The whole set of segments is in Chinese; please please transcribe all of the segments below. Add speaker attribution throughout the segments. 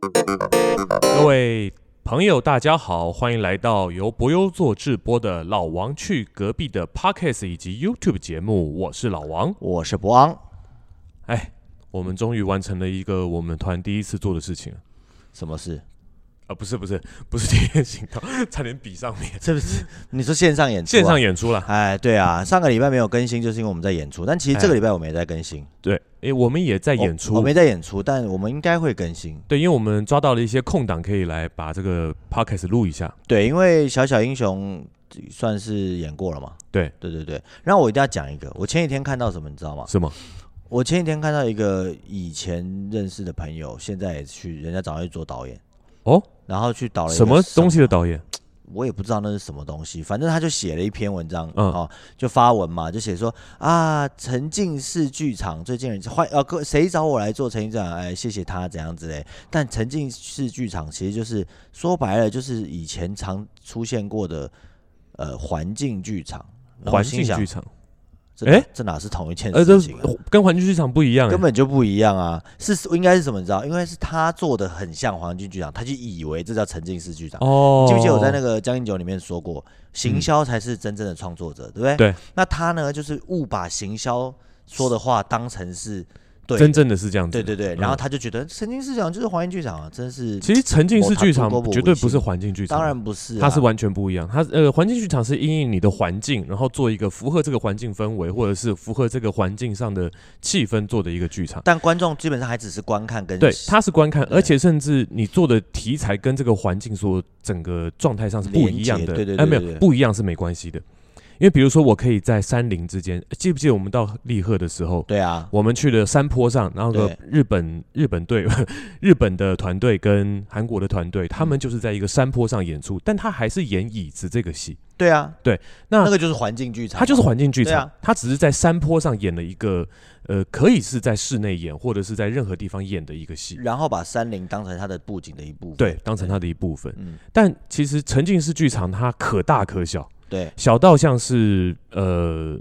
Speaker 1: 各位朋友，大家好，欢迎来到由博优做制播的《老王去隔壁》的 Podcast 以及 YouTube 节目，我是老王。
Speaker 2: 我是博昂。
Speaker 1: 哎，我们终于完成了一个我们团第一次做的事情了
Speaker 2: 什么事？
Speaker 1: 啊！不是不是不是天天行道，差点比上 面
Speaker 2: 这不是你说线上演出、啊
Speaker 1: 线上？演出了。
Speaker 2: 哎，对啊，上个礼拜没有更新，就是因为我们在演出。但其实这个礼拜我们也在更新，
Speaker 1: 对，哎，我们也哎在演
Speaker 2: 我
Speaker 1: 出。
Speaker 2: 哦我没在演出，但我们应该会更新。
Speaker 1: 对，因为我们抓到了一些空档，可以来把这个 podcast 录一下。
Speaker 2: 对，因为小小英雄算是演过了嘛。
Speaker 1: 对，
Speaker 2: 对对对。然后我一定要讲一个，我前几天看到什么，你知道吗？
Speaker 1: 是吗？
Speaker 2: 我前几天看到一个以前认识的朋友，现在也去人家找他去做导演，
Speaker 1: 哦，
Speaker 2: 然后去导了一
Speaker 1: 什
Speaker 2: 个
Speaker 1: 么东西的导演？
Speaker 2: 我也不知道那是什么东西，反正他就写了一篇文章，
Speaker 1: 嗯
Speaker 2: 哦，就发文嘛，就写说啊，沉浸式剧场最近人欢呃，各谁找我来做沉浸式剧场，哎，谢谢他怎样之类。但沉浸式剧场其实就是说白了，就是以前常出现过的呃环境剧场，然后我
Speaker 1: 环
Speaker 2: 心
Speaker 1: 境
Speaker 2: 想
Speaker 1: 剧场？
Speaker 2: 这哪
Speaker 1: 哎
Speaker 2: 这哪是同一件
Speaker 1: 呃，
Speaker 2: 事
Speaker 1: 这
Speaker 2: 情啊、
Speaker 1: 跟环境剧场不一样、哎
Speaker 2: 根本就不一样啊！是应该是什么？你知道？因为是他做的很像环境剧场，他就以为这叫沉浸式剧场。
Speaker 1: 哦，嗯
Speaker 2: 记不记得我在那个《将进酒》里面说过，行销才是真正的创作者，对不对？
Speaker 1: 对。
Speaker 2: 那他呢，就是误把行销说的话当成是对的
Speaker 1: 真正的是这样子。
Speaker 2: 对对对，
Speaker 1: 嗯
Speaker 2: 然后他就觉得神经市场就是环境剧场啊，真是，
Speaker 1: 其实沉浸式剧场
Speaker 2: 我谈过
Speaker 1: 绝对不是环境剧场，
Speaker 2: 当然不是、啊，
Speaker 1: 它是完全不一样。它呃，环境剧场是因应你的环境，然后做一个符合这个环境氛围，或者是符合这个环境上的气氛做的一个剧场。
Speaker 2: 但观众基本上还只是观看跟
Speaker 1: 对，它是观看，
Speaker 2: 对
Speaker 1: 而且甚至你做的题材跟这个环境所整个状态上是不一样的。
Speaker 2: 连结对对
Speaker 1: 哎
Speaker 2: 对对
Speaker 1: 没
Speaker 2: 对
Speaker 1: 有
Speaker 2: 对
Speaker 1: 不一样是没关系的，因为比如说我可以在山林之间，呃记不记得我们到立鹤的时候，
Speaker 2: 对啊，
Speaker 1: 我们去了山坡上，然后个
Speaker 2: 对
Speaker 1: 日本日本队、 日本的团队跟韩国的团队，他们就是在一个山坡上演出，但他还是演椅子这个戏，
Speaker 2: 对啊，
Speaker 1: 对那
Speaker 2: 那个就是环境剧场嘛，
Speaker 1: 它就是环境剧
Speaker 2: 对
Speaker 1: 场
Speaker 2: 啊，
Speaker 1: 它只是在山坡上演了一个呃，可以是在室内演，或者是在任何地方演的一个戏。
Speaker 2: 然后把山林当成它的布景的一部分，
Speaker 1: 对，当成它的一部分。
Speaker 2: 嗯，
Speaker 1: 但其实沉浸式剧场它可大可小，
Speaker 2: 对
Speaker 1: 小到像是呃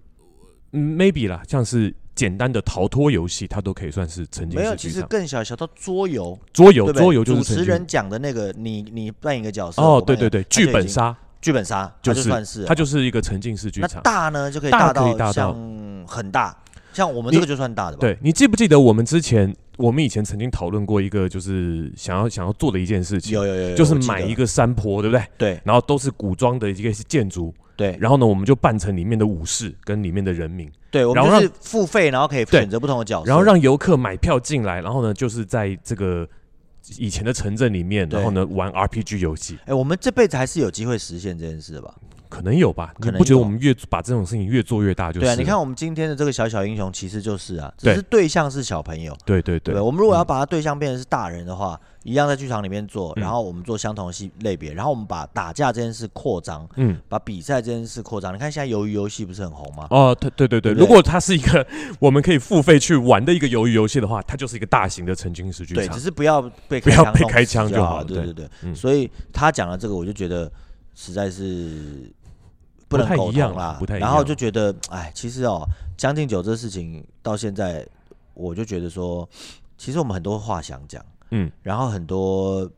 Speaker 1: 嗯，maybe 啦，像是简单的逃脱游戏，它都可以算是沉浸
Speaker 2: 没有，
Speaker 1: 式
Speaker 2: 其
Speaker 1: 剧
Speaker 2: 实
Speaker 1: 场。
Speaker 2: 更小，小到桌游，
Speaker 1: 桌
Speaker 2: 对
Speaker 1: 游，
Speaker 2: 不对
Speaker 1: 桌游就是
Speaker 2: 主
Speaker 1: 沉
Speaker 2: 持
Speaker 1: 浸
Speaker 2: 人讲的那个，你你扮演一个角色，
Speaker 1: 哦
Speaker 2: 我，
Speaker 1: 对
Speaker 2: 扮演
Speaker 1: 对对，
Speaker 2: 它就已
Speaker 1: 剧本
Speaker 2: 经
Speaker 1: 杀
Speaker 2: 剧本杀，它
Speaker 1: 就
Speaker 2: 就是算是
Speaker 1: 它就是一个沉浸式剧
Speaker 2: 那
Speaker 1: 场。
Speaker 2: 大呢就可以
Speaker 1: 大可以大
Speaker 2: 到
Speaker 1: 到
Speaker 2: 像很大，像我们
Speaker 1: 你
Speaker 2: 这个就算大的吧？
Speaker 1: 对你记不记得我们之前，我们以前曾经讨论过一个，就是想要想要做的一件事情，
Speaker 2: 有，有有有有，
Speaker 1: 就是
Speaker 2: 我记
Speaker 1: 买
Speaker 2: 得
Speaker 1: 一个山坡，对不对？
Speaker 2: 对
Speaker 1: 然后都是古装的一个建筑，
Speaker 2: 对
Speaker 1: 然后呢，我们就扮成里面的武士跟里面的人民，
Speaker 2: 对，我
Speaker 1: 然
Speaker 2: 们
Speaker 1: 后
Speaker 2: 就是付费，然后可以
Speaker 1: 对
Speaker 2: 选择不同的角色，
Speaker 1: 然后让游客买票进来，然后呢，就是在这个以前的城镇里面，
Speaker 2: 对
Speaker 1: 然后呢玩 RPG 游戏，
Speaker 2: 哎，我们这辈子还是有机会实现这件事的吧？
Speaker 1: 可能有吧？
Speaker 2: 可能
Speaker 1: 你不觉得
Speaker 2: 有
Speaker 1: 我们越把这种事情越做越大？就是
Speaker 2: 对啊，你
Speaker 1: 了
Speaker 2: 看，我们今天的这个小小英雄，其实就是啊，只
Speaker 1: 对
Speaker 2: 是对象是小朋友。
Speaker 1: 对对对
Speaker 2: 对，，我们如果要把它对象变成是大人的话，一样在剧场里面做，
Speaker 1: 嗯
Speaker 2: 然后我们做相同的戏类别，然后我们把打架这件事扩张，
Speaker 1: 嗯，
Speaker 2: 把比赛这件事扩张。你看现在鱿鱼游戏不是很红吗？
Speaker 1: 哦，对对对对，
Speaker 2: 啊对不
Speaker 1: 如
Speaker 2: 对
Speaker 1: 果它是一个我们可以付费去玩的一个鱿鱼游戏的话，它就是一个大型的沉浸式剧
Speaker 2: 对，
Speaker 1: 场
Speaker 2: 只。是不要被
Speaker 1: 不
Speaker 2: 开
Speaker 1: 要
Speaker 2: 枪
Speaker 1: 被
Speaker 2: 弄
Speaker 1: 开
Speaker 2: 死
Speaker 1: 枪就
Speaker 2: 就
Speaker 1: 好了
Speaker 2: 对
Speaker 1: 对
Speaker 2: 对对，
Speaker 1: 嗯
Speaker 2: 所以他讲了这个，我就觉得实在是
Speaker 1: 不
Speaker 2: 不能
Speaker 1: 太
Speaker 2: 苟
Speaker 1: 一样
Speaker 2: 同啦，
Speaker 1: 不太一
Speaker 2: 然后
Speaker 1: 样
Speaker 2: 就觉得，哎，其实哦，将进酒这事情到现在，我就觉得说，其实我们很多话想讲，
Speaker 1: 嗯，
Speaker 2: 然后很多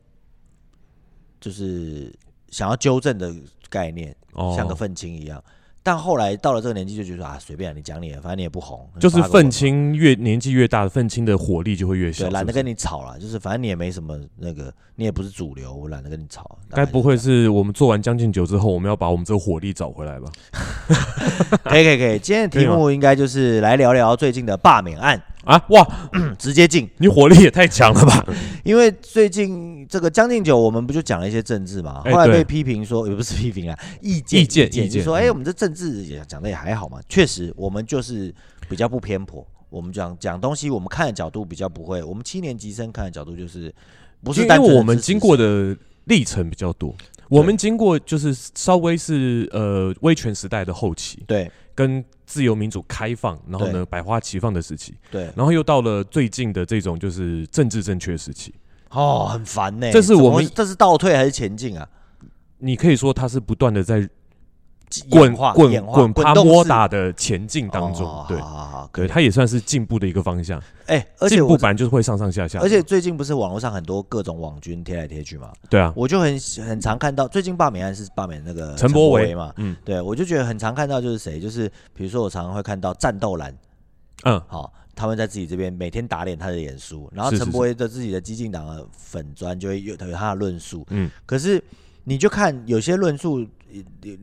Speaker 2: 就是想要纠正的概念，
Speaker 1: 哦，
Speaker 2: 像个愤青一样。但后来到了这个年纪，就觉得啊，随便、你讲你的，反正你也不红，
Speaker 1: 就是
Speaker 2: 发个
Speaker 1: 愤
Speaker 2: 文嘛
Speaker 1: 青越年纪越大，愤青的火力就会越小。
Speaker 2: 对，
Speaker 1: 是
Speaker 2: 懒得
Speaker 1: 不是
Speaker 2: 跟你吵了，就是反正你也没什么那个，你也不是主流，我懒得跟你吵。大
Speaker 1: 该
Speaker 2: 概
Speaker 1: 不会是我们做完《将进酒》之后，我们要把我们这个火力找回来吧？
Speaker 2: 就这样？可 以可以可以，今天的
Speaker 1: 可
Speaker 2: 题
Speaker 1: 以
Speaker 2: 目应该就是来聊聊最近的罢免案，
Speaker 1: 啊，哇，
Speaker 2: 嗯直接进，
Speaker 1: 你火力也太强了吧！
Speaker 2: 因为最近这个将近九，我们不就讲了一些政治嘛，
Speaker 1: 哎
Speaker 2: 后来
Speaker 1: 对
Speaker 2: 被批评说也不是批评啊，意见
Speaker 1: 意见意
Speaker 2: 就
Speaker 1: 见
Speaker 2: 说哎、
Speaker 1: 嗯
Speaker 2: 我们这政治也讲的也还好嘛，确实我们就是比较不偏颇，我们讲讲东西，我们看的角度比较不会，我们七年级生看的角度就是 不是
Speaker 1: 因
Speaker 2: 单
Speaker 1: 为
Speaker 2: 纯的
Speaker 1: 我们
Speaker 2: 支持
Speaker 1: 经过的历程比较多，我们经过就是稍微是呃威权时代的后期，
Speaker 2: 对
Speaker 1: 跟自由民主开放，然后呢
Speaker 2: 对
Speaker 1: 百花齐放的时期，
Speaker 2: 对
Speaker 1: 然后又到了最近的这种就是政治正确时期，
Speaker 2: 哦，很烦呢、
Speaker 1: 这是
Speaker 2: 怎么
Speaker 1: 我们
Speaker 2: 会这是倒退还是前进啊？
Speaker 1: 你可以说它是不断的在滚
Speaker 2: 演化
Speaker 1: 滚
Speaker 2: 演化
Speaker 1: 滚
Speaker 2: 滚
Speaker 1: 趴
Speaker 2: 动
Speaker 1: 摸
Speaker 2: 式
Speaker 1: 打的前进当
Speaker 2: 哦
Speaker 1: 中，对
Speaker 2: 好好好，可
Speaker 1: 对，
Speaker 2: 以
Speaker 1: 它也算是进步的一个方向。
Speaker 2: 哎，而且
Speaker 1: 进步
Speaker 2: 我
Speaker 1: 本来就是会上上下下，
Speaker 2: 而且最近不是网络上很多各种网军贴来贴去嘛，
Speaker 1: 对啊，
Speaker 2: 我就很很常看到，最近罢免案是罢免那个
Speaker 1: 陈
Speaker 2: 柏
Speaker 1: 柏惟
Speaker 2: 嘛，
Speaker 1: 嗯
Speaker 2: 对我就觉得很常看到就是谁，就是比如说我常常会看到战斗蓝，
Speaker 1: 嗯，
Speaker 2: 好、他们在自己这边每天打脸他的脸书，然后
Speaker 1: 是是
Speaker 2: 陈柏惟的自己的激进党的粉砖就会有有他的论述，
Speaker 1: 嗯，
Speaker 2: 可是你就看有些论述，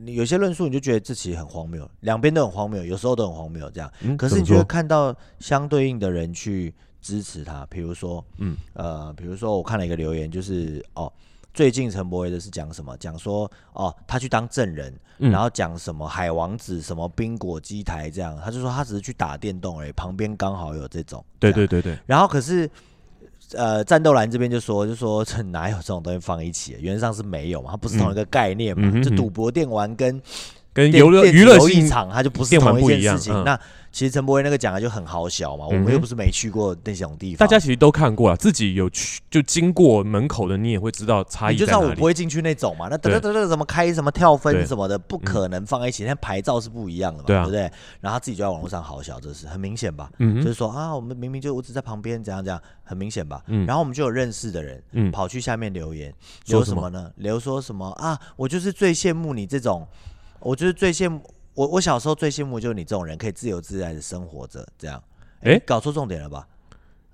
Speaker 2: 有有些论述你就觉得这其实很荒谬，两边都很荒谬，有时候都很荒谬这样，
Speaker 1: 嗯
Speaker 2: 可
Speaker 1: 怎么
Speaker 2: 是你就会
Speaker 1: 说
Speaker 2: 看到相对应的人去支持他，比如说，
Speaker 1: 嗯，
Speaker 2: 呃，比如说我看了一个留言，就是哦，最近陈柏惟的是讲什么？讲说哦，他去当证人，
Speaker 1: 嗯
Speaker 2: 然后讲什么海王子、什么冰果机台这样，他就说他只是去打电动而已，旁边刚好有这种，
Speaker 1: 对
Speaker 2: 这样
Speaker 1: 对对对，
Speaker 2: 然后可是，呃，战斗蓝这边就说，就说这哪有这种东西放一起？原则上是没有嘛，它不是同一个概念嘛。
Speaker 1: 嗯哼
Speaker 2: 就
Speaker 1: 哼
Speaker 2: 赌博电玩跟
Speaker 1: 跟
Speaker 2: 电
Speaker 1: 游乐
Speaker 2: 电子
Speaker 1: 娱乐
Speaker 2: 游
Speaker 1: 性
Speaker 2: 戏场，它就不是
Speaker 1: 电玩
Speaker 2: 同一
Speaker 1: 不
Speaker 2: 件
Speaker 1: 一样
Speaker 2: 事情。
Speaker 1: 嗯
Speaker 2: 那其实陈柏惟那个讲的就很好笑嘛，我
Speaker 1: 嗯
Speaker 2: 们
Speaker 1: 哼
Speaker 2: 又不是没去过那种地
Speaker 1: 大
Speaker 2: 方。
Speaker 1: 家其实都看过了，啊自己有去就经过门口的，你也会知道差
Speaker 2: 你
Speaker 1: 异
Speaker 2: 就
Speaker 1: 在
Speaker 2: 知道我
Speaker 1: 哪
Speaker 2: 不
Speaker 1: 里。
Speaker 2: 会进去那种嘛，那
Speaker 1: 对
Speaker 2: 得得得什么开什么跳分
Speaker 1: 对嗯
Speaker 2: 什么的，不可能放在一起，那牌照是不一样的嘛，
Speaker 1: 对啊
Speaker 2: 不对？然后他自己就在网络上好笑，这是很明显吧？
Speaker 1: 嗯
Speaker 2: 就是
Speaker 1: 哼，
Speaker 2: 说啊，我们明明就我只在旁边，怎样怎样，很明显吧。
Speaker 1: 嗯
Speaker 2: 然后我们就有认识的人，
Speaker 1: 嗯
Speaker 2: 跑去下面留言，
Speaker 1: 说
Speaker 2: 留
Speaker 1: 什
Speaker 2: 什
Speaker 1: 么
Speaker 2: 么呢？留说什么啊？我就是最羡慕你这种，我就是最羡慕我，我小时候最羡慕就是你这种人可以自由自在的生活着，这样。
Speaker 1: 诶
Speaker 2: 搞错重点了吧？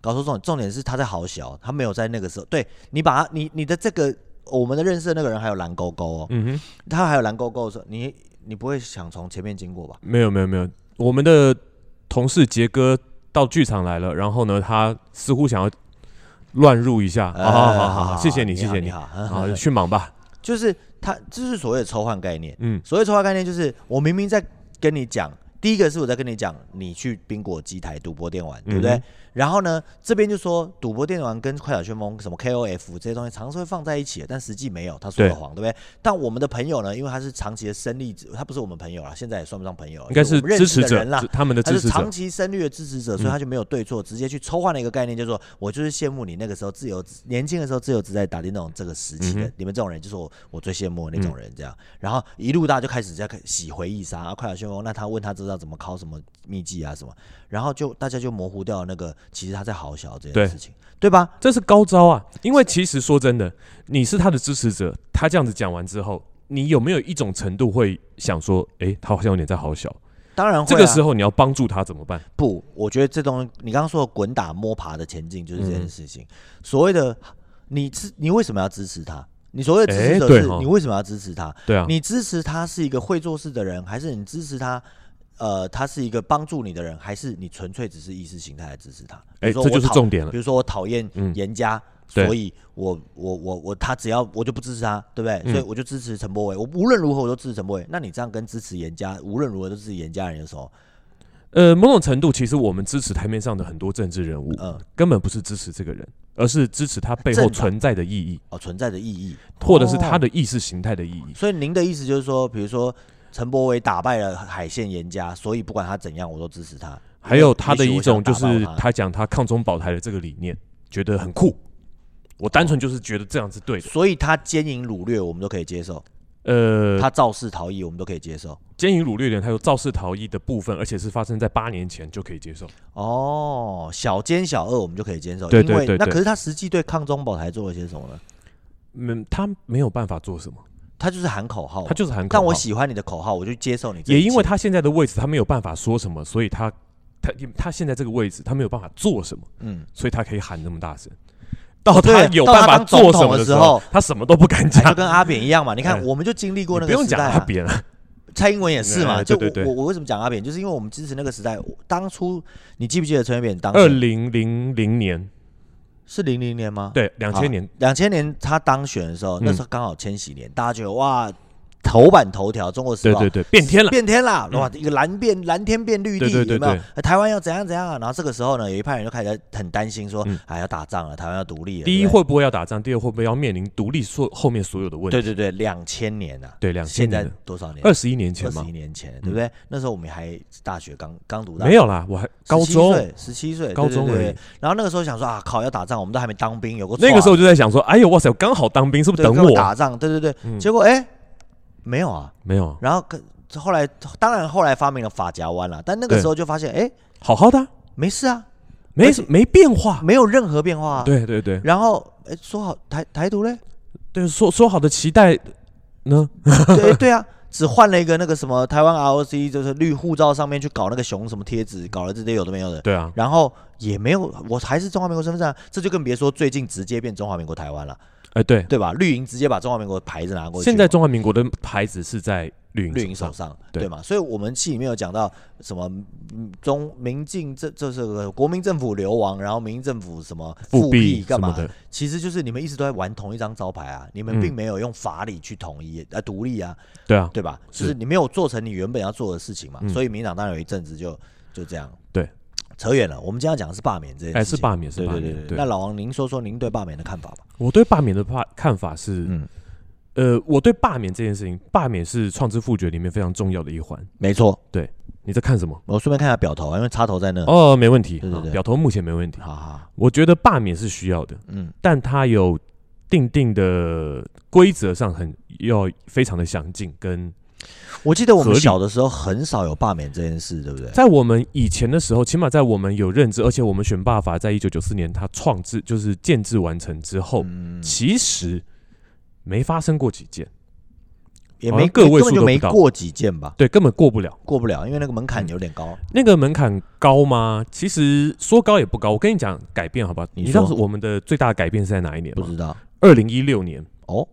Speaker 2: 搞错重点，重点是他在好小，他没有在那个时候。对你把他，你你的这个我们的认识的那个人还有蓝勾勾哦，
Speaker 1: 嗯哼，
Speaker 2: 他还有蓝勾勾的时候，你你不会想从前面经过吧？
Speaker 1: 没有没有没有，我们的同事杰哥到剧场来了，然后呢，他似乎想要乱入一下。啊好好好好好，谢谢你，谢
Speaker 2: 啊好
Speaker 1: 谢
Speaker 2: 你
Speaker 1: 你，
Speaker 2: 好，
Speaker 1: 好，去忙吧。
Speaker 2: 就是他，这是所谓的抽换概念。
Speaker 1: 嗯
Speaker 2: 所谓抽换概念，就是我明明在跟你讲，第一个是我在跟你讲，你去冰果机台赌博电玩，对不对？
Speaker 1: 嗯
Speaker 2: 然后呢，这边就说赌博电玩跟快小旋风、什么 KOF 这些东西，常是会放在一起的，但实际没有，他说的
Speaker 1: 对
Speaker 2: 谎，对不对？但我们的朋友呢，因为他是长期的生力，他不是我们朋友了，现在也算不上朋友了，
Speaker 1: 应该
Speaker 2: 就是哎我们认
Speaker 1: 支
Speaker 2: 识
Speaker 1: 持
Speaker 2: 的
Speaker 1: 者
Speaker 2: 人啦，，
Speaker 1: 他们的
Speaker 2: 他
Speaker 1: 支
Speaker 2: 是
Speaker 1: 持者嗯
Speaker 2: 长。期深绿的支持者，所以他就没有对错，直接去抽换了一个概念，就是说我就是羡慕你那个时候自由自年轻的时候自由自在打电动这个时期
Speaker 1: 嗯
Speaker 2: 的、
Speaker 1: 哼嗯
Speaker 2: 你们这种人，就是我我最羡慕的那种人这样。然后一路大家就开始在看洗回忆杀啊，快乐旋风。那他问他知道怎么考什么秘籍啊什么，然后就大家就模糊掉那个其实他在好小这件
Speaker 1: 对
Speaker 2: 事情，对吧？
Speaker 1: 这是高招啊！因为其实说真的，你是他的支持者，他这样子讲完之后，你有没有一种程度会想说，诶，他好像有点在好小？
Speaker 2: 当然会、啊。
Speaker 1: 这个时候你要帮助他怎么办？
Speaker 2: 不，我觉得这东西，你刚刚说的滚打摸爬的前进就是这
Speaker 1: 嗯
Speaker 2: 件事情。所谓的你支，你为什么要支持他？你所谓的支持
Speaker 1: 哎
Speaker 2: 者
Speaker 1: 对
Speaker 2: 是、
Speaker 1: 哦
Speaker 2: 你为什么要支持他？
Speaker 1: 对啊，
Speaker 2: 你支持他是一个会做事的人，还是你支持他？呃，他是一个帮助你的人，还是你纯粹只是意识形态来支持他？比
Speaker 1: 诶，
Speaker 2: 如说
Speaker 1: 这
Speaker 2: 我
Speaker 1: 就是
Speaker 2: 讨
Speaker 1: 重点了
Speaker 2: 比。如说我讨厌
Speaker 1: 嗯
Speaker 2: 严家，
Speaker 1: 对
Speaker 2: 所以我我我我他只要我就不支持他，对不对？
Speaker 1: 嗯
Speaker 2: 所以我就支持陈柏伟，我无论如何我都支持陈柏伟。那你这样跟支持严家，无论如何都支持严家人有什么？
Speaker 1: 呃，某种程度，其实我们支持台面上的很多政治人物，
Speaker 2: 嗯，
Speaker 1: 根本不是支持这个人，而是支持他背后
Speaker 2: 政党
Speaker 1: 存在的意义，
Speaker 2: 哦，存在的意义。哦
Speaker 1: 或者是他的意识形态的意义。
Speaker 2: 所以您的意思就是说，比如说陈柏伟打败了海线严家，所以不管他怎样，我都支持他。
Speaker 1: 还有他的
Speaker 2: 也许
Speaker 1: 一
Speaker 2: 我想
Speaker 1: 种就
Speaker 2: 打爆
Speaker 1: 是
Speaker 2: 他
Speaker 1: 他讲他抗中保台的这个理念，觉得很酷。我单纯就是觉得这样是对的。
Speaker 2: 所以他奸淫掳掠我们都可以接受，
Speaker 1: 呃，
Speaker 2: 他肇事逃逸我们都可以接受。
Speaker 1: 奸淫掳掠人，他有肇事逃逸的部分，而且是发生在八年前就可以接受。
Speaker 2: 哦，小奸小恶我们就可以接受，
Speaker 1: 对对
Speaker 2: 因为
Speaker 1: 对
Speaker 2: 那
Speaker 1: 对
Speaker 2: 可是他实际对抗中保台做了些什么呢？
Speaker 1: 嗯，他没有办法做什么，
Speaker 2: 他就是喊口号嘛，
Speaker 1: 他就是喊口
Speaker 2: 哦但我
Speaker 1: 号
Speaker 2: 喜欢你的口号，我就接受你这一
Speaker 1: 也
Speaker 2: 切。
Speaker 1: 因为他现在的位置，他没有办法说什么，所以他他他现在这个位置，他没有办法做什么。
Speaker 2: 嗯，
Speaker 1: 所以他可以喊那么大声。到他
Speaker 2: 对
Speaker 1: 有
Speaker 2: 到
Speaker 1: 办
Speaker 2: 他
Speaker 1: 法
Speaker 2: 当总
Speaker 1: 做
Speaker 2: 统
Speaker 1: 什么
Speaker 2: 的
Speaker 1: 的
Speaker 2: 时
Speaker 1: 时
Speaker 2: 候
Speaker 1: 候，他什么都不敢
Speaker 2: 哎
Speaker 1: 讲
Speaker 2: 就。跟阿扁一样嘛。你看，
Speaker 1: 哎
Speaker 2: 我们就经历过
Speaker 1: 你
Speaker 2: 那
Speaker 1: 不
Speaker 2: 个
Speaker 1: 用
Speaker 2: 时
Speaker 1: 讲
Speaker 2: 代、
Speaker 1: 阿
Speaker 2: 啊，
Speaker 1: 扁了，
Speaker 2: 蔡英文也是嘛。
Speaker 1: 哎
Speaker 2: 就
Speaker 1: 对对
Speaker 2: 我我我为什么讲阿扁，就是因为我们支持那个时代。我当初你记不记得陈水扁当选
Speaker 1: 二零零零年，
Speaker 2: 是零零年吗？
Speaker 1: 对，两千年，
Speaker 2: 两千年他当选的时候，
Speaker 1: 嗯
Speaker 2: 那时候刚好千禧年，大家觉得哇，头版头条《中国时
Speaker 1: 对
Speaker 2: 报》
Speaker 1: 对对，变天了，
Speaker 2: 变天啦，哇，一个蓝变蓝天变绿地，
Speaker 1: 对对对
Speaker 2: 有没有
Speaker 1: 对？
Speaker 2: 呃台湾要怎样怎样啊？然后这个时候呢，有一派人就开始很担心说
Speaker 1: 嗯，
Speaker 2: 哎，要打仗了，台湾要独立了。
Speaker 1: 第一
Speaker 2: 对不对
Speaker 1: 会不会要打仗？第二会不会要面临独立所后面所有的问题？
Speaker 2: 对对对，两千年啊，
Speaker 1: 对，两千
Speaker 2: 现在
Speaker 1: 年，
Speaker 2: 多少年？
Speaker 1: 二十一年前
Speaker 2: 二十
Speaker 1: 嘛
Speaker 2: 一，年前，对不对？那时候我们还大学刚刚读大学
Speaker 1: 没有啦，我还高中，
Speaker 2: 十七岁，
Speaker 1: 高中
Speaker 2: 对对
Speaker 1: 而
Speaker 2: 对
Speaker 1: 已。
Speaker 2: 然后那个时候想说啊，靠，要打仗，我们都还没当兵，有个
Speaker 1: 那个时候就在想说，哎呦哇塞，我刚好当兵，是不是
Speaker 2: 对
Speaker 1: 等
Speaker 2: 跟我
Speaker 1: 我啊？
Speaker 2: 打仗，对对对。
Speaker 1: 嗯
Speaker 2: 结果哎，没有啊。
Speaker 1: 没有，
Speaker 2: 然后跟后来当然后来发明了发夹弯了，但那个
Speaker 1: 对
Speaker 2: 时候就发现，哎、
Speaker 1: 好好的啊、
Speaker 2: 没事啊，
Speaker 1: 没
Speaker 2: 而且
Speaker 1: 没变化。
Speaker 2: 没有任何变化、啊。。
Speaker 1: 对对对
Speaker 2: 然后，哎、说好台台独嘞？
Speaker 1: 对，说说好的期待呢？
Speaker 2: 对对啊，只换了一个那个什么台湾 ROC，就是绿护照上面去搞那个熊什么贴纸，搞了这些有的没有的。
Speaker 1: 对啊，
Speaker 2: 然后也没有，我还是中华民国身份证、啊，这就更别说最近直接变中华民国台湾了，
Speaker 1: 哎、对，
Speaker 2: 对吧？绿营直接把中华民国牌子拿过去嘛，
Speaker 1: 现在中华民国的牌子是在绿
Speaker 2: 绿
Speaker 1: 营
Speaker 2: 营
Speaker 1: 手
Speaker 2: 手
Speaker 1: 上。
Speaker 2: 上，
Speaker 1: 对
Speaker 2: 对嘛？所以我们戏里面有讲到什么嗯中民进这这是个国民政府流亡，然后民进政府什么
Speaker 1: 复
Speaker 2: 辟
Speaker 1: 辟
Speaker 2: 干嘛
Speaker 1: 什么的？
Speaker 2: 其实就是你们一直都在玩同一张招牌啊，你
Speaker 1: 嗯
Speaker 2: 们并没有用法理去统一呃独立啊，
Speaker 1: 对啊，
Speaker 2: 对吧？就是是你没有做成你原本要做的事情嘛，
Speaker 1: 嗯
Speaker 2: 所以民进党当然有一阵子就就这样。
Speaker 1: 对，
Speaker 2: 扯远了，我们今天要讲的是罢免这件
Speaker 1: 哎、
Speaker 2: 事
Speaker 1: 是
Speaker 2: 情。
Speaker 1: 罢免，是
Speaker 2: 对
Speaker 1: 罢
Speaker 2: 对
Speaker 1: 免。
Speaker 2: 对对。那老王，您说说您对罢免的看法吧？
Speaker 1: 我对罢免的怕看法是，
Speaker 2: 嗯，
Speaker 1: 呃，我对罢免这件事情，罢免是创制复决里面非常重要的一环。
Speaker 2: 没错，
Speaker 1: 你在看什么？
Speaker 2: 我顺便看一下表头啊，因为插头在那。
Speaker 1: 哦，没问题，
Speaker 2: 对对
Speaker 1: 啊
Speaker 2: 对
Speaker 1: 表头目前没问题。
Speaker 2: 好好，
Speaker 1: 我觉得罢免是需要的，
Speaker 2: 嗯
Speaker 1: 但它有定定的规则上很要非常的详尽，跟
Speaker 2: 我记得我们
Speaker 1: 合理
Speaker 2: 小的时候很少有罢免这件事，对不对？
Speaker 1: 在我们以前的时候，起码在我们有认知，而且我们选罢法在一九九四年它创制就是建制完成之后，
Speaker 2: 嗯，
Speaker 1: 其实没发生过几件，
Speaker 2: 也
Speaker 1: 好
Speaker 2: 没
Speaker 1: 像个位
Speaker 2: 根本
Speaker 1: 数
Speaker 2: 就
Speaker 1: 都
Speaker 2: 没
Speaker 1: 不到
Speaker 2: 过几件吧，
Speaker 1: 对，根本过不了。
Speaker 2: 过不了，因为那个门槛有点高。
Speaker 1: 那个门槛高吗？其实说高也不高。我跟你讲，改变好不好？
Speaker 2: 你
Speaker 1: 你知道
Speaker 2: 说
Speaker 1: 我们的最大的改变是在哪一年
Speaker 2: 不
Speaker 1: 吗？
Speaker 2: 知道
Speaker 1: 二零一六年。
Speaker 2: 哦，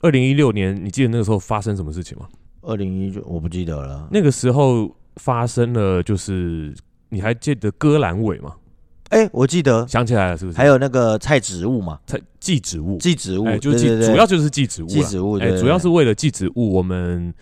Speaker 1: 二零一六年，你记得那个时候发生什么事情吗？
Speaker 2: 二零一九我不记得了。
Speaker 1: 那个时候发生了，就是你还记得戈兰伟吗？
Speaker 2: 哎，我记得
Speaker 1: 想起来了，是不是？
Speaker 2: 还有那个菜植物嘛，
Speaker 1: 才记植物，
Speaker 2: 记植物，
Speaker 1: 哎，就
Speaker 2: 对
Speaker 1: 记
Speaker 2: 对对
Speaker 1: 主要就是记植物啦，
Speaker 2: 记植物，
Speaker 1: 哎、
Speaker 2: 对对
Speaker 1: 主要
Speaker 2: 对
Speaker 1: 是为了记植物，我们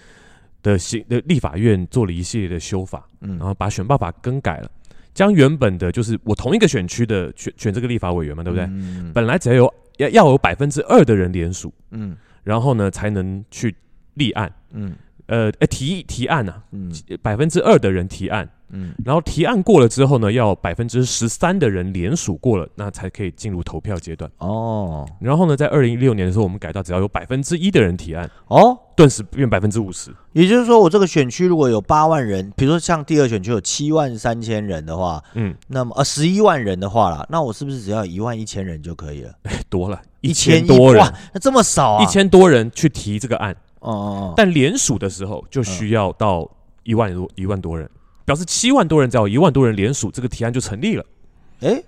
Speaker 1: 的行的立法院做了一系列的修法，
Speaker 2: 嗯
Speaker 1: 然后把选罢法更改了，将原本的就是我同一个选区的选选这个立法委员嘛，对不对？
Speaker 2: 嗯
Speaker 1: 本来只要有要要有百分之二的人联署，
Speaker 2: 嗯
Speaker 1: 然后呢才能去立案，
Speaker 2: 嗯
Speaker 1: 呃，哎提提案呐、
Speaker 2: 嗯
Speaker 1: 啊，百分之二的人提案，
Speaker 2: 嗯
Speaker 1: 然后提案过了之后呢，要百分之十三的人联署过了，那才可以进入投票阶段。
Speaker 2: 哦
Speaker 1: 然后呢，在二零一六年的时候，我们改到只要有百分之一的人提案，
Speaker 2: 哦，
Speaker 1: 顿时变百分之五十。
Speaker 2: 也就是说，我这个选区如果有八万人，比如说像第二选区有七万三千人的话，
Speaker 1: 嗯，
Speaker 2: 那么呃十一万人的话啦，那我是不是只要一万一千人就可以了？
Speaker 1: 多了，
Speaker 2: 千
Speaker 1: 千多人，
Speaker 2: 哇，那这么少啊？
Speaker 1: 一千多人去提这个案，
Speaker 2: 哦哦，哦
Speaker 1: 但联署的时候就需要到一万
Speaker 2: 嗯
Speaker 1: 多一万多人，表示七万多人只要一万多人联署，这个提案就成立了。
Speaker 2: 哎，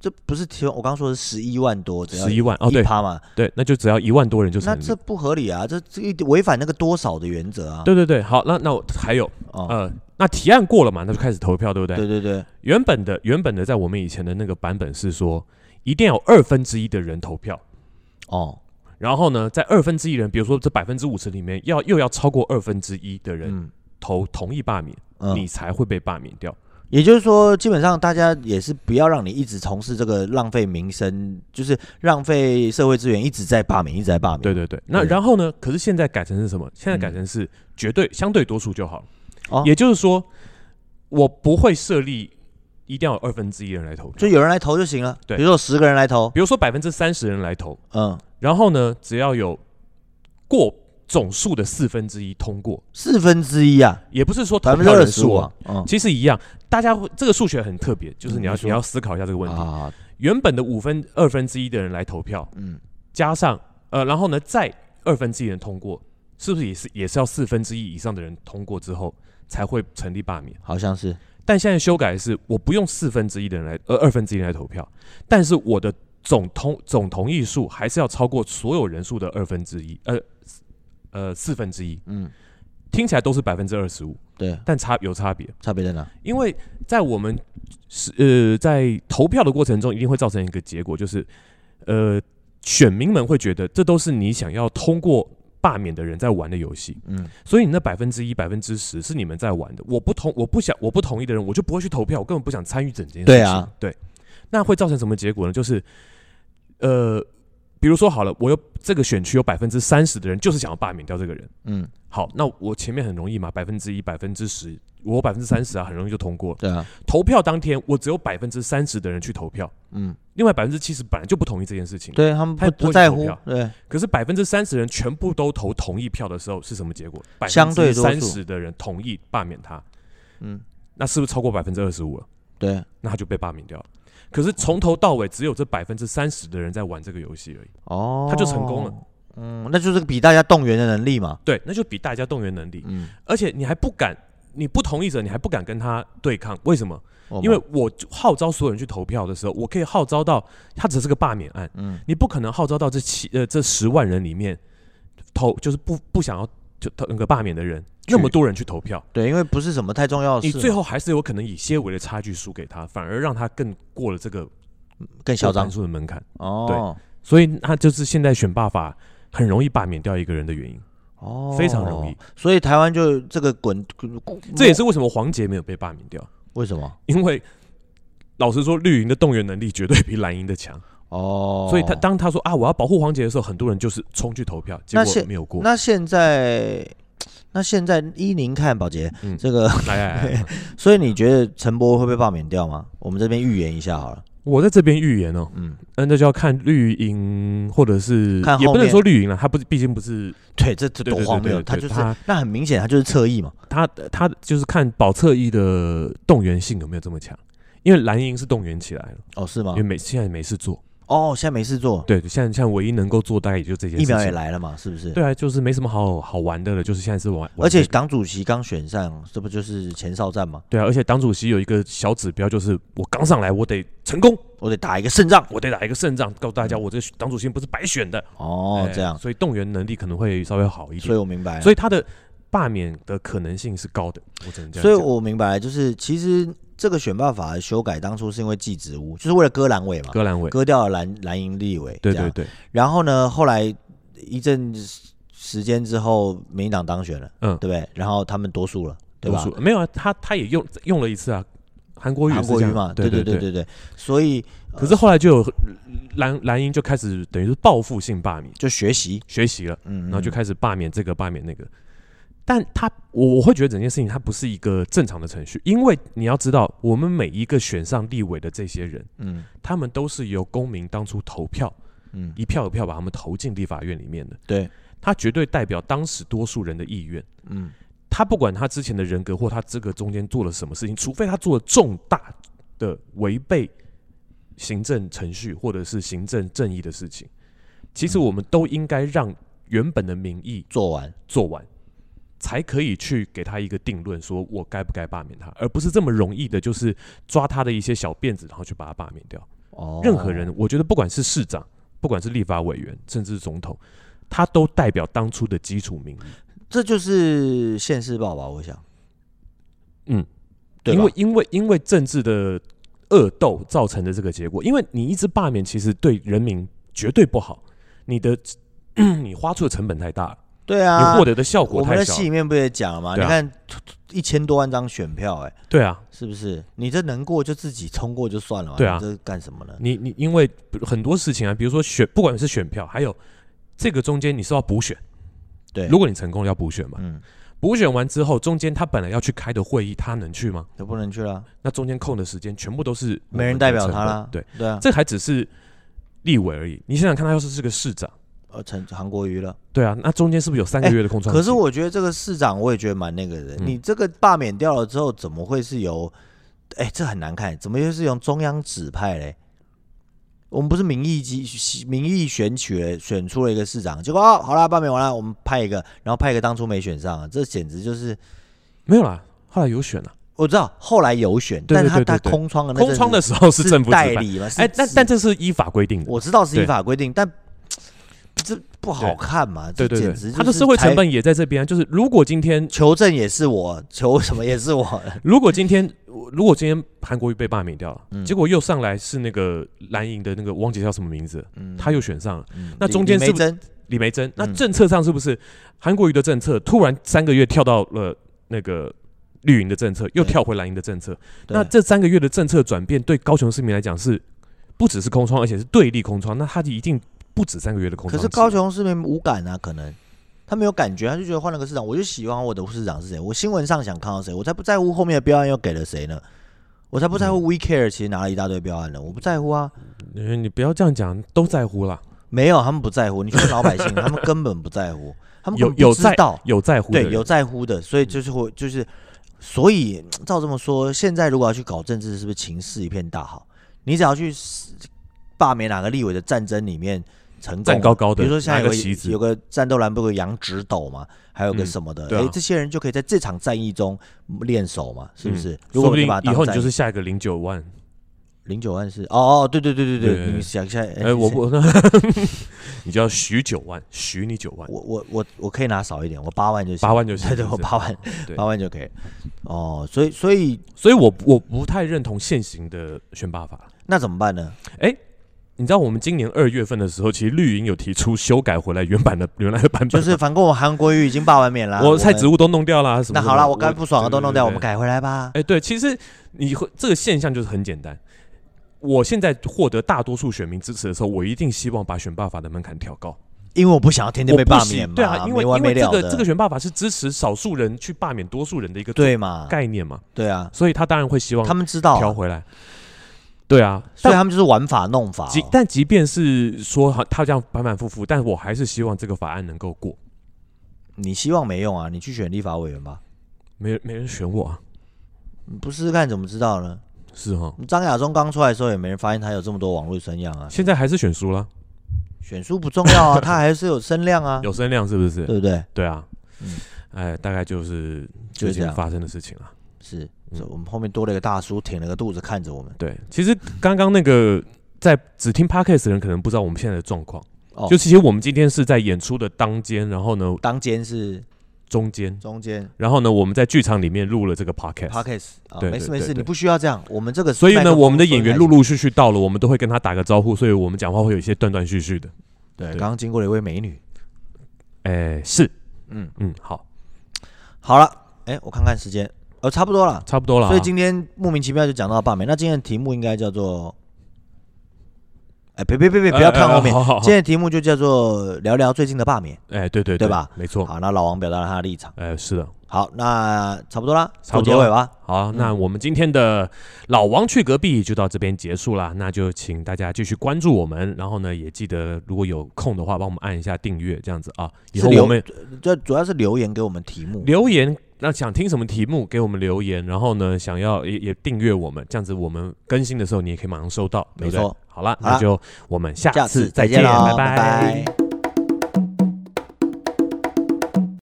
Speaker 2: 这不是提我刚刚说的十一万多，只要
Speaker 1: 十一万哦，对
Speaker 2: 趴嘛，
Speaker 1: 对，那就只要一万多人就
Speaker 2: 那
Speaker 1: 成立
Speaker 2: 这。不合理啊，这这违反那个多少的原则啊？
Speaker 1: 对对对，好，那那我还有
Speaker 2: 哦，
Speaker 1: 呃，那提案过了嘛，那就开始投票，对不对？
Speaker 2: 对对对，
Speaker 1: 原本的原本的在我们以前的那个版本是说，一定要有二分之一的人投票，
Speaker 2: 哦，
Speaker 1: 然后呢，在二分之一人，比如说这百分之五十里面，要又要超过二分之一的人
Speaker 2: 嗯
Speaker 1: 投同意罢免，
Speaker 2: 嗯，
Speaker 1: 你才会被罢免掉。
Speaker 2: 也就是说，基本上大家也是不要让你一直从事这个浪费民生，就是浪费社会资源，一直在罢免，一直在罢免。
Speaker 1: 对对对，那
Speaker 2: 对嗯
Speaker 1: 然后呢？可是现在改成是什么？现在改成是绝对相对多数就好了。
Speaker 2: 哦
Speaker 1: 也就是说，我不会设立一定要有二分之一人来投票，
Speaker 2: 就有人来投就行了。
Speaker 1: 对
Speaker 2: 比如说十个人来投，
Speaker 1: 比如说百分之三十人来投，
Speaker 2: 嗯，
Speaker 1: 然后呢，只要有过总数的四分之一通过，
Speaker 2: 四分之一啊，
Speaker 1: 也不是说
Speaker 2: 百
Speaker 1: 投
Speaker 2: 分之
Speaker 1: 票
Speaker 2: 二
Speaker 1: 人
Speaker 2: 十
Speaker 1: 数
Speaker 2: 五啊，，嗯
Speaker 1: 其实一样。大家会这个数学很特别，就是你要
Speaker 2: 嗯你说
Speaker 1: 你要思考一下这个问题。
Speaker 2: 啊，
Speaker 1: 原本的五分二分之一的人来投票，
Speaker 2: 嗯，
Speaker 1: 加上呃，然后呢，再二分之一人通过，是不是也是也是要四分之一以上的人通过之后才会成立罢免？
Speaker 2: 好像是，
Speaker 1: 但现在修改的是，我不用四分之一的人来，呃，二分之一人来投票，但是我的总同总同意数还是要超过所有人数的二分之一，呃，呃，四分之一，
Speaker 2: 嗯，
Speaker 1: 听起来都是百分之二十五，
Speaker 2: 对，
Speaker 1: 但差有差别，
Speaker 2: 差别在哪？
Speaker 1: 因为在我们是呃在投票的过程中，一定会造成一个结果，就是呃选民们会觉得这都是你想要通过罢免的人在玩的游戏，
Speaker 2: 嗯，
Speaker 1: 所以你那百分之一、百分之十是你们在玩的。我不同，我不想，我不同意的人，我就不会去投票，我根本不想参与整件事情。
Speaker 2: 对啊，
Speaker 1: 对，那会造成什么结果呢？就是呃，比如说好了，我有这个选区有百分之三十的人就是想要罢免掉这个人，
Speaker 2: 嗯，
Speaker 1: 好，那我前面很容易嘛，百分之一、百分之十，我百分之三十啊，很容易就通过了。
Speaker 2: 对啊，
Speaker 1: 投票当天，我只有百分之三十的人去投票，
Speaker 2: 嗯，
Speaker 1: 另外百分之七十本来就不同意这件事情。
Speaker 2: 对他们
Speaker 1: 他也
Speaker 2: 不
Speaker 1: 不会
Speaker 2: 不
Speaker 1: 去
Speaker 2: 在
Speaker 1: 投
Speaker 2: 乎
Speaker 1: 票，
Speaker 2: 对，
Speaker 1: 可是百分之三十人全部都投同意票的时候，是什么结果？百
Speaker 2: 相
Speaker 1: 分
Speaker 2: 对
Speaker 1: 之
Speaker 2: 多
Speaker 1: 三
Speaker 2: 数
Speaker 1: 十的人同意罢免他，
Speaker 2: 嗯，
Speaker 1: 那是不是超过百分之二十五了？
Speaker 2: 对，
Speaker 1: 那他就被罢免掉了。可是从头到尾只有这百分之三十的人在玩这个游戏而已。
Speaker 2: 哦，
Speaker 1: 他就成功了，
Speaker 2: 嗯，那就是比大家动员的能力嘛，
Speaker 1: 对，那就比大家动员能力，
Speaker 2: 嗯，
Speaker 1: 而且你还不敢，你不同意者，你还不敢跟他对抗，为什么？
Speaker 2: 我
Speaker 1: 因为
Speaker 2: 们
Speaker 1: 我号召所有人去投票的时候，我可以号召到他只是个罢免案，
Speaker 2: 嗯
Speaker 1: 你不可能号召到这七呃这十万人里面投就是不不想要就投那个罢免的人，那么多人去投票，
Speaker 2: 对，因为哦不是什么太重要的
Speaker 1: 你
Speaker 2: 事嘛，
Speaker 1: 最后还是有可能以些微的差距输给他，反而让他更过了这个
Speaker 2: 更嚣
Speaker 1: 过半
Speaker 2: 张
Speaker 1: 数的门槛，
Speaker 2: 哦，
Speaker 1: 所以他就是现在选罢法很容易罢免掉一个人的原因，
Speaker 2: 哦，
Speaker 1: 非常容易，
Speaker 2: 所以台湾就这个滚，滚
Speaker 1: 这也是为什么黄杰没有被罢免掉，
Speaker 2: 为什么
Speaker 1: 因为老实说，绿营的动员能力绝对比蓝营的强。
Speaker 2: 哦，
Speaker 1: 所以他当他说啊，我要保护黄杰的时候，很多人就是冲去投票，结
Speaker 2: 那
Speaker 1: 果
Speaker 2: 现
Speaker 1: 没有过。
Speaker 2: 那现在。那现在依您看，宝杰，
Speaker 1: 嗯
Speaker 2: 这个，
Speaker 1: 来来来来，
Speaker 2: 所以你觉得陈伯会被罢免掉吗？我们这边预言一下好了，
Speaker 1: 我在这边预言哦，
Speaker 2: 嗯，
Speaker 1: 那那就要看绿营或者是
Speaker 2: 看后
Speaker 1: 也不能
Speaker 2: 面
Speaker 1: 说绿营了，他不是，毕竟不是
Speaker 2: 对，这这
Speaker 1: 对
Speaker 2: 多
Speaker 1: 对
Speaker 2: 荒
Speaker 1: 对
Speaker 2: 谬，
Speaker 1: 对
Speaker 2: 他
Speaker 1: 对
Speaker 2: 就是呃
Speaker 1: 他
Speaker 2: 那很明显，他就是侧翼嘛，
Speaker 1: 他他就是看保侧翼的动员性有没有这么强，因为蓝营是动员起来了，
Speaker 2: 哦，是吗
Speaker 1: 因为？没现在没事做，
Speaker 2: 哦，现在没事做，
Speaker 1: 对，现在现在唯一能够做大概也就这件
Speaker 2: 疫
Speaker 1: 事
Speaker 2: 苗也
Speaker 1: 情。
Speaker 2: 来了嘛，是不是？
Speaker 1: 对啊，就是没什么好好玩的了，就是现在是玩，玩
Speaker 2: 而且
Speaker 1: 这个
Speaker 2: 党主席刚选上，这不就是前哨战吗？
Speaker 1: 对啊，而且党主席有一个小指标，就是我刚上来我得成功，
Speaker 2: 我得打一个胜仗
Speaker 1: 我得打一个胜仗，告诉大家我这个党主席不是白选的。
Speaker 2: 嗯哦
Speaker 1: 哎，
Speaker 2: 这样，
Speaker 1: 所以动员能力可能会稍微好一
Speaker 2: 所
Speaker 1: 点，
Speaker 2: 以我明白了，
Speaker 1: 啊所以他的罢免的可能性是高的。我只能这样
Speaker 2: 所
Speaker 1: 讲。
Speaker 2: 以我明白了，就是其实这个选办法的修改当初是因为祭职务，就是为了割阑尾嘛，
Speaker 1: 戈兰伟，
Speaker 2: 割掉了蓝蓝营立委，
Speaker 1: 对
Speaker 2: 这样
Speaker 1: 对。对，
Speaker 2: 然后呢，后来一阵时间之后，民进党当选了，
Speaker 1: 嗯
Speaker 2: 对不对？然后他们多数了，对
Speaker 1: 多
Speaker 2: 吧
Speaker 1: 数？没有啊，他他也用用了一次啊，韩国瑜也
Speaker 2: 韩
Speaker 1: 是
Speaker 2: 国
Speaker 1: 这
Speaker 2: 瑜
Speaker 1: 样
Speaker 2: 嘛，
Speaker 1: 对
Speaker 2: 对
Speaker 1: 对
Speaker 2: 对。对，所以
Speaker 1: 可是后来就有蓝蓝营就开始等于是报复性罢免，
Speaker 2: 就学习，
Speaker 1: 学习了，
Speaker 2: 嗯，
Speaker 1: 然后就
Speaker 2: 嗯
Speaker 1: 开始罢免这个罢免那个。但他，我我会觉得整件事情它不是一个正常的程序，因为你要知道，我们每一个选上立委的这些人，
Speaker 2: 嗯
Speaker 1: 他们都是由公民当初投票
Speaker 2: 嗯，
Speaker 1: 一票一票把他们投进立法院里面的，
Speaker 2: 对，
Speaker 1: 他绝对代表当时多数人的意愿。
Speaker 2: 嗯
Speaker 1: 他不管他之前的人格或他这个中间做了什么事情，除非他做了重大的违背行政程序或者是行政正义的事情，其实我们都应该让原本的民意
Speaker 2: 做完，
Speaker 1: 做完，才可以去给他一个定论，说我该不该罢免他，而不是这么容易的，就是抓他的一些小辫子，然后去把他罢免掉。
Speaker 2: 哦，
Speaker 1: 任何人，我觉得不管是市长，不管是立法委员，甚至是总统，他都代表当初的基础民意。
Speaker 2: 这就是现世报吧？我想，
Speaker 1: 嗯，
Speaker 2: 对吧，
Speaker 1: 因为因为因为政治的恶斗造成的这个结果，因为你一直罢免，其实对人民绝对不好。你的 你花出的成本太大了，
Speaker 2: 对啊，
Speaker 1: 你获得的效果
Speaker 2: 我们
Speaker 1: 太
Speaker 2: 在
Speaker 1: 小
Speaker 2: 戏。里面不也讲了吗？你
Speaker 1: 对啊
Speaker 2: 看一千多万张选票、哎，
Speaker 1: 对啊，
Speaker 2: 是不是？你这能过就自己通过就算了嘛，
Speaker 1: 对啊
Speaker 2: 你这干什么呢？
Speaker 1: 你你因为很多事情啊，比如说选，不管是选票，还有这个中间你是要补选，
Speaker 2: 对，
Speaker 1: 如果你成功要补选嘛，
Speaker 2: 嗯，
Speaker 1: 补选完之后，中间他本来要去开的会议，他能去吗？
Speaker 2: 就不能去了，
Speaker 1: 那中间空的时间全部都是我们
Speaker 2: 没人
Speaker 1: 的
Speaker 2: 代表
Speaker 1: 成
Speaker 2: 他
Speaker 1: 本
Speaker 2: 啦
Speaker 1: 对，
Speaker 2: 对啊，
Speaker 1: 这还只是立委而已。你想想看，他要是是个市长，
Speaker 2: 呃，成韩国瑜了。
Speaker 1: 对啊，那中间是不是有三个
Speaker 2: 哎
Speaker 1: 月的空窗期？
Speaker 2: 可是我觉得这个市长，我也觉得蛮那个的。
Speaker 1: 嗯
Speaker 2: 你这个罢免掉了之后，怎么会是由？哎、这很难看，怎么又是由中央指派嘞？我们不是民意机民意选举嘞，选出了一个市长，结果哦，好啦，罢免完了，我们派一个，然后派一个当初没选上，啊这简直就是
Speaker 1: 没有啦，后来有选了，
Speaker 2: 我知道后来有选，
Speaker 1: 对对
Speaker 2: 但
Speaker 1: 对
Speaker 2: 他
Speaker 1: 对对
Speaker 2: 他空窗的那阵
Speaker 1: 空
Speaker 2: 子
Speaker 1: 窗的时候是
Speaker 2: 是
Speaker 1: 政府
Speaker 2: 代
Speaker 1: 指派。
Speaker 2: 理嘛？是
Speaker 1: 哎，但
Speaker 2: 是
Speaker 1: 但这是依法规定的，
Speaker 2: 我知道是
Speaker 1: 对
Speaker 2: 依法规定，但这不好
Speaker 1: 对
Speaker 2: 看嘛？这
Speaker 1: 对对
Speaker 2: 简直
Speaker 1: 对，
Speaker 2: 就
Speaker 1: 他的
Speaker 2: 是
Speaker 1: 社会成
Speaker 2: 才
Speaker 1: 本也在这边啊。就是如果今天，
Speaker 2: 求证也是我，求什么也是我，
Speaker 1: 如果今天，如果今天韩国瑜被罢免掉了，
Speaker 2: 嗯
Speaker 1: 结果又上来是那个蓝营的那个我忘记叫什么名字，
Speaker 2: 嗯
Speaker 1: 他又选上了
Speaker 2: 嗯
Speaker 1: 那
Speaker 2: 李
Speaker 1: 中间
Speaker 2: 李
Speaker 1: 是
Speaker 2: 梅
Speaker 1: 不
Speaker 2: 珍
Speaker 1: 李梅珍。那
Speaker 2: 嗯
Speaker 1: 政策上是不是韩国瑜的政策突然三个月跳到了那个绿营的政策，又
Speaker 2: 对
Speaker 1: 跳回蓝营的政策？
Speaker 2: 对
Speaker 1: 那这三个月的政策转变，对高雄市民来讲是不只是空窗，而且是对立空窗。那他一定不止三个月的空窗
Speaker 2: 可
Speaker 1: 期。
Speaker 2: 是高雄市民无感啊，可能他没有感觉，他就觉得换了个市长，我就喜欢我的市长是谁，我新闻上想看到谁，我才不在乎后面的标案又给了谁呢，我才不在乎
Speaker 1: 嗯
Speaker 2: We Care 其实拿了一大堆标案呢，我不在乎啊，
Speaker 1: 呃你不要这样讲，都在乎啦，
Speaker 2: 没有，他们不在乎，你去问老百 姓，他们根本不在乎，他们
Speaker 1: 有
Speaker 2: 根本不
Speaker 1: 有
Speaker 2: 知
Speaker 1: 在
Speaker 2: 道，
Speaker 1: 有在乎的
Speaker 2: 对，
Speaker 1: 人，嗯
Speaker 2: 有在乎的，所以就是会就是，所以照这么说，现在如果要去搞政治，是不是情势一片大好？你只要去罢免哪个立委的战争里面成功，
Speaker 1: 站高高的，
Speaker 2: 比如说现在
Speaker 1: 拿
Speaker 2: 有
Speaker 1: 个
Speaker 2: 个
Speaker 1: 旗子
Speaker 2: 有，个战斗蓝不有个杨直斗嘛，还有个
Speaker 1: 嗯
Speaker 2: 什么的，
Speaker 1: 对啊
Speaker 2: 诶这些人就可以在这场战役中练手嘛，是不
Speaker 1: 嗯
Speaker 2: 是？
Speaker 1: 说
Speaker 2: 如果
Speaker 1: 不
Speaker 2: 我们
Speaker 1: 定
Speaker 2: 把它
Speaker 1: 以
Speaker 2: 当
Speaker 1: 后你
Speaker 2: 战
Speaker 1: 就是
Speaker 2: 役
Speaker 1: 下一个零九万。
Speaker 2: 零九万是哦哦，对对对对
Speaker 1: 对对
Speaker 2: 对，
Speaker 1: 对
Speaker 2: 你想一下，哎
Speaker 1: 哎、我 不，你就要许九万，许你九万，
Speaker 2: 我我我我可以拿少一点，我八万就行，
Speaker 1: 八万就行。
Speaker 2: 对对，
Speaker 1: 是不
Speaker 2: 我
Speaker 1: 是
Speaker 2: 八万
Speaker 1: 对
Speaker 2: 八万就可以，哦，所以所以
Speaker 1: 所以我不我不太认同现行的选拔法。
Speaker 2: 那怎么办呢？
Speaker 1: 你知道我们今年二月份的时候，其实绿营有提出修改回来原版的原来的版本，
Speaker 2: 就是反正我们韩国瑜已经罢完免啦，啊
Speaker 1: 我菜
Speaker 2: 们
Speaker 1: 职务都弄掉啦，什么
Speaker 2: 那
Speaker 1: 什
Speaker 2: 好啦，
Speaker 1: 么
Speaker 2: 我该不爽啊的都弄掉，我们。
Speaker 1: 对对对
Speaker 2: 改回来吧。
Speaker 1: 哎、对，其实你会这个现象就是很简单。我现在获得大多数选民支持的时候，我一定希望把选罢法的门槛调高。
Speaker 2: 因为我不想要天天
Speaker 1: 我
Speaker 2: 被
Speaker 1: 不
Speaker 2: 罢
Speaker 1: 喜
Speaker 2: 免嘛，
Speaker 1: 对啊，因为
Speaker 2: 没完
Speaker 1: 因
Speaker 2: 没
Speaker 1: 为这
Speaker 2: 了的，
Speaker 1: 个这个选罢法是支持少数人去罢免多数人的一个
Speaker 2: 对嘛，
Speaker 1: 概念嘛，
Speaker 2: 对啊，
Speaker 1: 所以他当然会希望
Speaker 2: 他们知道啊，
Speaker 1: 调回来。对啊，
Speaker 2: 所
Speaker 1: 但
Speaker 2: 以他们就是玩法弄法哦、
Speaker 1: 即但即便是说好他这样反反复复，但我还是希望这个法案能够过。
Speaker 2: 你希望没用啊，你去选立法委员吧，
Speaker 1: 没人没人选我啊，
Speaker 2: 你不试试看怎么知道呢？
Speaker 1: 是哈。
Speaker 2: 张亚中刚出来的时候，也没人发现他有这么多网络声量啊。
Speaker 1: 现在还是选输了，
Speaker 2: 选书不重 要啊，他还是有声量啊，
Speaker 1: 有声量是不是？
Speaker 2: 对不对？
Speaker 1: 对啊
Speaker 2: 嗯，
Speaker 1: 哎，大概就是
Speaker 2: 就
Speaker 1: 最
Speaker 2: 是这
Speaker 1: 近
Speaker 2: 样。
Speaker 1: 发生的事情了。
Speaker 2: 是，
Speaker 1: 嗯
Speaker 2: 所以我们后面多了一个大叔，挺了个肚子看着我们。
Speaker 1: 对，其实刚刚那个在只听 podcast 的人可能不知道我们现在的状况，
Speaker 2: 哦，
Speaker 1: 就其实我们今天是在演出的当间，然后呢
Speaker 2: 当间是
Speaker 1: 中间，
Speaker 2: 中间
Speaker 1: 然后呢我们在剧场里面录了这个 podcast。
Speaker 2: Pockets 啊，
Speaker 1: 对
Speaker 2: 没事
Speaker 1: 对
Speaker 2: 没
Speaker 1: 对对
Speaker 2: 事，你不需要这样。我们这个，
Speaker 1: 所以呢，我们的演员陆陆续续到了，我们都会跟他打个招呼，所以我们讲话会有一些断断续续的。
Speaker 2: 对，
Speaker 1: 对
Speaker 2: 刚刚经过了一位美女。
Speaker 1: 哎，是，
Speaker 2: 嗯，
Speaker 1: 嗯，好，
Speaker 2: 好了，哎，我看看时间，呃，差不多了。
Speaker 1: 差不多了啊。
Speaker 2: 所以今天莫名其妙就讲到罢免，那今天的题目应该叫做，哎，别别别别，不要看后面
Speaker 1: 哎，哎哎好好好
Speaker 2: 今天的题目就叫做聊聊最近的罢免。
Speaker 1: 哎，对对
Speaker 2: 对吧？
Speaker 1: 没错。
Speaker 2: 好，那老王表达了他的立场。
Speaker 1: 哎，是的。
Speaker 2: 好，那差不多啦，
Speaker 1: 差
Speaker 2: 做
Speaker 1: 不
Speaker 2: 结
Speaker 1: 多
Speaker 2: 尾吧。
Speaker 1: 好，那
Speaker 2: 嗯
Speaker 1: 我们今天的老王去隔壁就到这边结束啦。那就请大家继续关注我们，然后呢，也记得如果有空的话，帮我们按一下订阅，这样子啊。以
Speaker 2: 是
Speaker 1: 后
Speaker 2: 留
Speaker 1: 我们
Speaker 2: 这主要是留言给我们题目，
Speaker 1: 留言，那想听什么题目给我们留言，然后呢，想要也也订阅我们，这样子我们更新的时候你也可以马上收到，对不对
Speaker 2: 没错。
Speaker 1: 好啦，那
Speaker 2: 好啦
Speaker 1: 就我们下
Speaker 2: 下
Speaker 1: 次
Speaker 2: 次
Speaker 1: 再
Speaker 2: 再
Speaker 1: 见，
Speaker 2: 见喽，
Speaker 1: 拜
Speaker 2: 拜拜